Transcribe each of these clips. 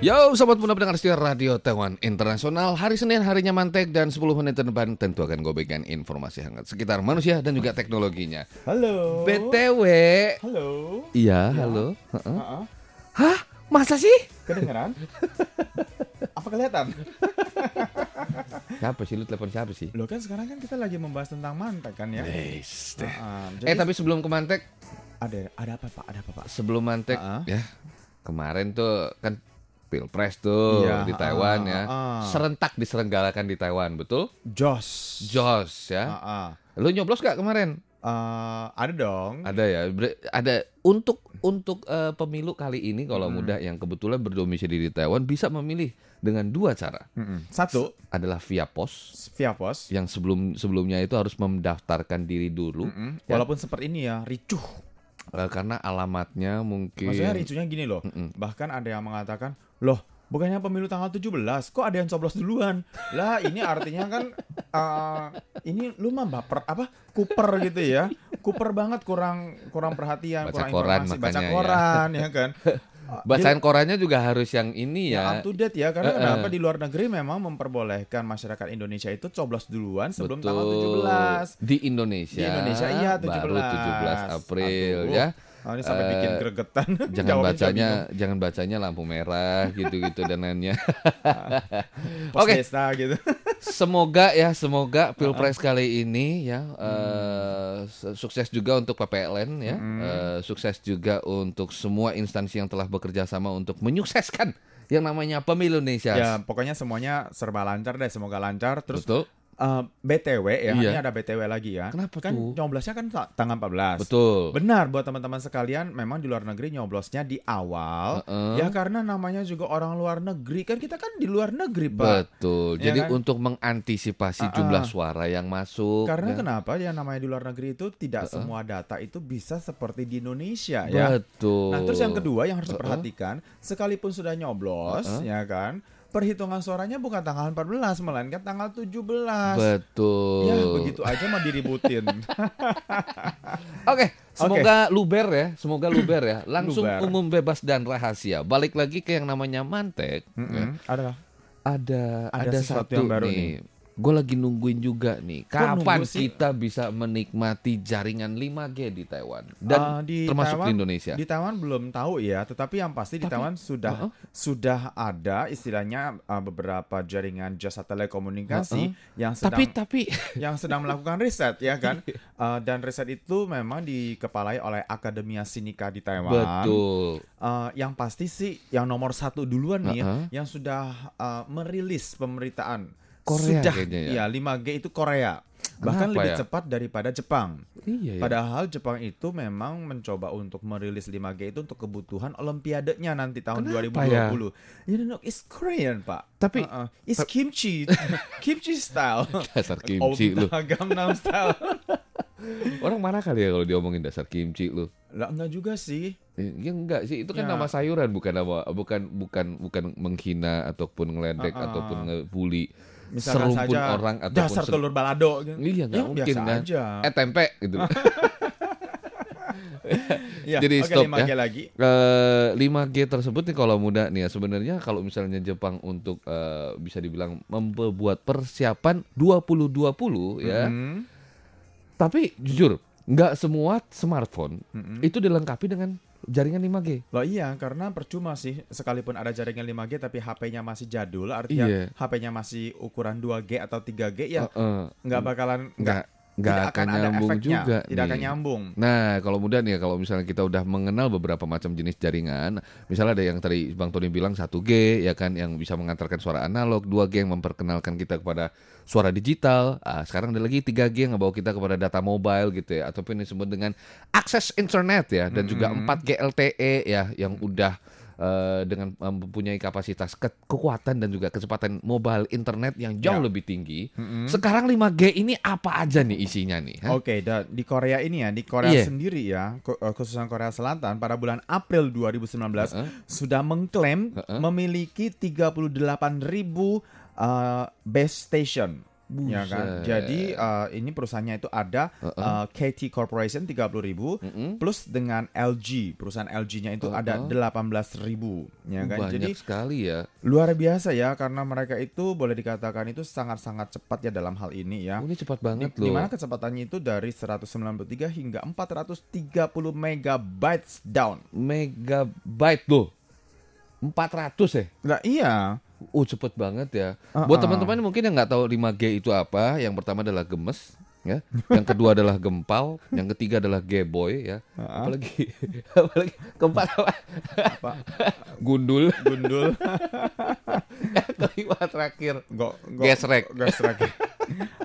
Yo, sobat muda pendengar setia Radio Taiwan Internasional Hari Senin, harinya mantek dan 10 menit ke depan tentu akan gobekan informasi hangat Sekitar manusia dan juga teknologinya Halo. BTW Halo. Iya, halo Heeh. Heeh. Hah? Masa sih? Kedengeran? Apa kelihatan? Siapa sih lu telepon siapa sih? Loh kan sekarang kan kita lagi membahas tentang mantek kan ya. Heeh. Jadi Eh tapi sebelum ke mantek ada ada apa Pak? Ada apa Pak? Sebelum mantek Ah. ya Kemarin tuh kan Pilpres tuh Iya, di Taiwan ah, ya ah. Serentak diserenggalakan di Taiwan, betul? Jos. Jos ya Heeh. Lu nyoblos gak kemarin? Eh, ada dong. Ada ya, ber- ada untuk untuk eh, pemilu kali ini kalau Hmm. muda yang kebetulan berdomisili di Taiwan bisa memilih dengan dua cara. Mm-mm. Satu Adalah via pos via pos. yang sebelum sebelumnya itu harus mendaftarkan diri dulu Mm-mm. Ya. Walaupun seperti ini ya, ricuh. eh, karena alamatnya mungkin Maksudnya ricuhnya gini loh. Bahkan ada yang mengatakan, "Loh, bukannya pemilu tanggal 17, kok ada yang coblos duluan?" Lah, ini artinya kan eh, ini lu mah baper apa? Kuper gitu ya. Kuper banget kurang kurang perhatian, Baca kurang koran informasi, makanya baca ya. koran ya, kan. Eh, bacaan korannya juga harus yang ini ya. Ya, up to date ya Eh, karena eh. kenapa di luar negeri memang memperbolehkan masyarakat Indonesia itu coblos duluan sebelum tanggal Betul. 17. di Indonesia. Di Indonesia iya 17. Baru 17 April Aduh, ya. ah, ini sampai bikin Eh, gregetan. Jangan Jawabnya bacanya bingung. jangan bacanya lampu merah gitu-gitu dan lainnya. Pos Oke. desa gitu. Semoga ya, semoga Pilpres kali ini ya eh, su- sukses juga untuk PPLN ya, Eh, sukses juga untuk semua instansi yang telah bekerja sama untuk menyukseskan yang namanya pemilu Indonesia. Ya, pokoknya semuanya serba lancar deh, semoga lancar. Terus betul, eh, BTW ya, Iya. ini ada BTW lagi ya. Kenapa kan tuh? nyoblosnya kan ta- tanggal 14. betul. Benar buat teman-teman sekalian, memang di luar negeri nyoblosnya di awal. Heeh. Ya karena namanya juga orang luar negeri. Kan kita kan di luar negeri, Pak. Betul. Ya Jadi kan? untuk mengantisipasi Ah, jumlah ah. suara yang masuk. ya. Karena kenapa ya namanya di luar negeri itu tidak semua data itu bisa seperti di Indonesia ya. Betul. Nah, terus yang kedua yang harus Uh-uh. diperhatikan, sekalipun sudah nyoblos, Uh-uh. ya kan, perhitungan suaranya bukan tanggal 14 melainkan tanggal 17. Betul. Ya, begitu aja mau diributin. Oke, semoga luber ya, semoga luber ya. Langsung Luber. umum bebas dan rahasia. Balik lagi ke yang namanya mantek. ya. Mm-mm. Adalah. Ada ada, Ada sesuatu satu yang baru nih. Gue lagi nungguin juga nih. Kapan nunggu sih? kita bisa menikmati jaringan 5G di Taiwan dan Ah, di termasuk Taiwan- di Indonesia? Di Taiwan belum tahu ya, tetapi yang pasti di Tapi- Taiwan sudah Uh-uh. sudah ada istilahnya uh, beberapa jaringan jasa telekomunikasi yang sedang tapi tapi yang sedang melakukan riset ya kan. Uh, dan riset itu memang dikepalai oleh Akademia Sinika di Taiwan. betul. Eh, yang pasti sih yang nomor satu duluan nih ya, Heeh. yang sudah eh, merilis pemberitaan Korea sudah kayaknya ya. ya 5G itu Korea bahkan Kenapa lebih ya? cepat daripada Jepang. Iya ya. Padahal Jepang itu memang mencoba untuk merilis 5G itu untuk kebutuhan Olimpiadenya nanti tahun Kenapa 2020. ya? You know, it's Korean pak. Tapi- Eh, eh, it's kimchi, kimchi style. Dasar kimchi lu. Obutaha Gangnam style. Orang marah kali ya kalau diomongin dasar kimchi lu. lah enggak juga sih. Eh, Ya enggak sih, itu kan Ya. nama sayuran bukan nama bukan bukan bukan menghina ataupun ngeledek Ah, ah. ataupun ngebully Misalkan serumpun saja orang ataupun dasar ser- telur balado. gitu. Iya nggak Ya, mungkin biasa kan. aja. Ah. Eh tempe gitu. Iya, Jadi oke, stop lima ya. G lagi. Eh, 5G tersebut nih kalau muda nih ya sebenarnya kalau misalnya Jepang untuk eh, bisa dibilang membuat persiapan 2020 ya. Hmm. Tapi jujur, nggak semua smartphone itu dilengkapi dengan jaringan Eh, 5G. Loh iya, karena percuma sih sekalipun ada jaringan 5G tapi HP-nya masih jadul, artinya Iya. HP-nya masih ukuran 2G atau 3G ya Heeh. nggak bakalan nggak nggak tidak akan ada nyambung efeknya, juga. tidak akan nih. nyambung. Nah, kalau mudah nih ya, kalau misalnya kita udah mengenal beberapa macam jenis jaringan, misalnya ada yang tadi Bang Tony bilang 1G ya kan yang bisa mengantarkan suara analog, 2G yang memperkenalkan kita kepada suara digital. Ah, sekarang ada lagi 3G yang ngebawa kita kepada data mobile gitu ya ataupun disebut dengan akses internet ya dan juga Mm-hmm. 4G LTE ya yang udah eh, dengan mempunyai kapasitas ke- kekuatan dan juga kecepatan mobile internet yang jauh Ya. lebih tinggi. Sekarang 5G ini apa aja nih isinya nih? Hah? Oke, da- di Korea ini ya, di Korea Ya. Iya. sendiri ya, ko- eh, khususnya Korea Selatan pada bulan April 2019 Heeh. sudah mengklaim Heeh. memiliki 38.000 eh, base station. ya kan? Buset. Jadi eh, ini perusahaannya itu ada eh, KT Corporation 30.000 plus dengan LG, perusahaan LG-nya itu ada 18.000 ya Banyak kan? Jadi sekali ya. luar biasa ya karena mereka itu boleh dikatakan itu sangat-sangat cepat ya dalam hal ini ya. Oh, ini cepat banget Di loh. mana kecepatannya itu dari 193 hingga 430 megabytes down. Megabyte loh. 400 ya. Nah, iya. Uh cepet banget ya. Uh-uh. Buat teman-teman mungkin yang nggak tahu 5G itu apa, yang pertama adalah gemes, ya. Yang kedua adalah gempal, yang ketiga adalah geboy, ya. Ah, Apalagi, apalagi keempat apa? Pak Gundul. Gundul Yang kelima terakhir. Go- go- Gesrek. gesrek.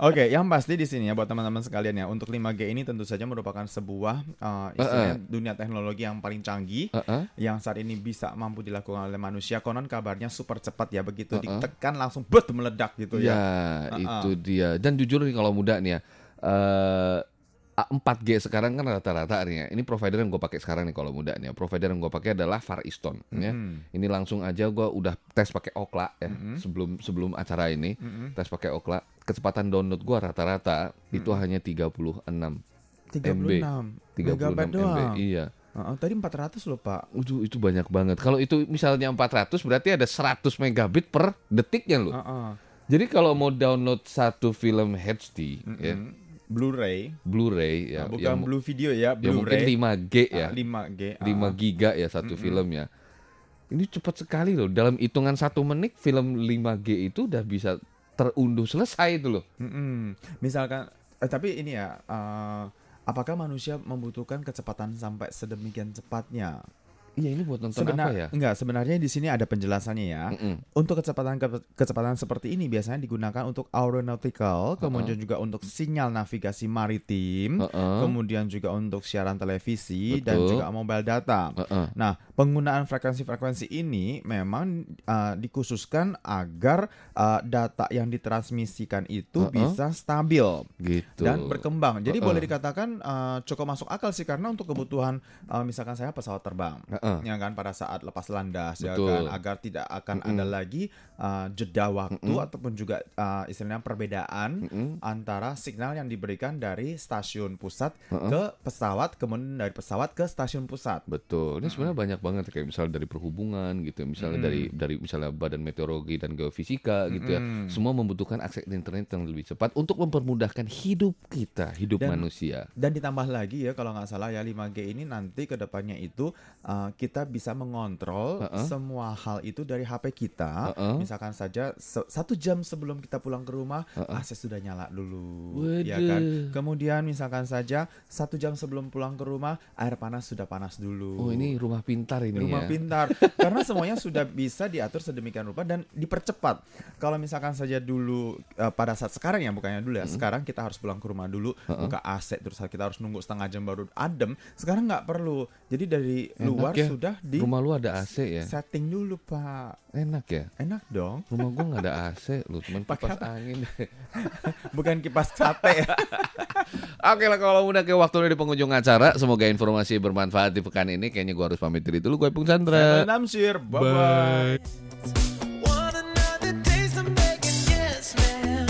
Oke, yang pasti di sini ya buat teman-teman sekalian ya, untuk 5G ini tentu saja merupakan sebuah uh, istilahnya dunia teknologi yang paling canggih Uh-uh. yang saat ini bisa mampu dilakukan oleh manusia. Konon kabarnya super cepat ya, begitu ditekan langsung bet meledak gitu Ya, ya. Uh-uh. itu dia. Dan jujur nih kalau muda nih ya, eh, 4G sekarang kan rata-rata nih ya. Ini provider yang gue pakai sekarang nih kalau muda nih. ya. Provider yang gue pakai adalah Far Easton ya. Mm-hmm. Ini langsung aja gue udah tes pakai Okla ya sebelum sebelum acara ini. Mm-hmm. Tes pakai Okla. Kecepatan download gue rata-rata itu Mm-hmm. hanya 36 MB. 36 megabyte MB. doang. Iya. Uh-uh, tadi 400 loh, Pak. Itu itu banyak banget. Kalau itu misalnya 400 berarti ada 100 megabit per ya, detiknya loh. Uh-uh. Jadi kalau mau download satu film HD ya, Mm. Blu-ray, Blu-ray ya, Ah, bukan yang, blue video ya, yang mungkin Blu-ray. 5G ya, Ah, 5G. ah. 5 giga ya satu film ya. Ini cepat sekali loh. Dalam hitungan satu menit film 5G itu udah bisa terunduh selesai itu loh. Mm-mm. Misalkan, eh, tapi ini ya, eh, apakah manusia membutuhkan kecepatan sampai sedemikian cepatnya? Iya ini buat nonton apa ya? Sebenarnya, enggak, sebenarnya di sini ada penjelasannya ya. Mm-mm. Untuk kecepatan ke- kecepatan seperti ini biasanya digunakan untuk aeronautical, kemudian juga untuk sinyal navigasi maritim, Heeh. kemudian juga untuk siaran televisi dan Betul. juga mobile data. Heeh. Nah, penggunaan frekuensi-frekuensi ini memang uh, dikhususkan agar uh, data yang ditransmisikan itu Uh-uh. bisa stabil Gitu. dan berkembang. Jadi Uh-uh. boleh dikatakan uh, cukup masuk akal sih karena untuk kebutuhan uh, misalkan saya pesawat terbang, Heeh. ya kan pada saat lepas landas, ya Betul. kan agar tidak akan ada lagi uh, jeda waktu ataupun juga uh, istilahnya perbedaan Mm-mm. antara signal yang diberikan dari stasiun pusat ke pesawat, kemudian dari pesawat ke stasiun pusat. Betul. Ini sebenarnya banyak banget kayak misalnya dari perhubungan gitu, misalnya dari dari misalnya Badan Meteorologi dan Geofisika gitu ya. Semua membutuhkan akses internet yang lebih cepat untuk mempermudahkan hidup kita, hidup Dan- manusia. Dan ditambah lagi ya kalau nggak salah ya 5G ini nanti kedepannya itu uh, kita bisa mengontrol Heeh. semua hal itu dari HP kita. Heeh. Misalkan saja se- satu jam sebelum kita pulang ke rumah AC sudah nyala dulu, ya Waduh. kan. Kemudian misalkan saja satu jam sebelum pulang ke rumah air panas sudah panas dulu. Oh ini rumah pintar ini rumah ya. pintar karena semuanya sudah bisa diatur sedemikian rupa dan dipercepat kalau misalkan saja dulu eh, pada saat sekarang ya bukannya dulu ya sekarang kita harus pulang ke rumah dulu buka AC terus kita harus nunggu setengah jam baru adem sekarang nggak perlu jadi dari Enak luar ya. sudah di Rumah lu ada AC ya? setting dulu pak Enak ya? enak dong Rumah gua nggak ada AC lu cuman Pakai kipas angin. bukan kipas sate Oke lah kalau udah ke waktunya di pengunjung acara, semoga informasi bermanfaat di pekan ini. Kayaknya gua harus pamit diri dulu. Gue Ipung Chandra. namsir bye bye Want another taste of making yes, man.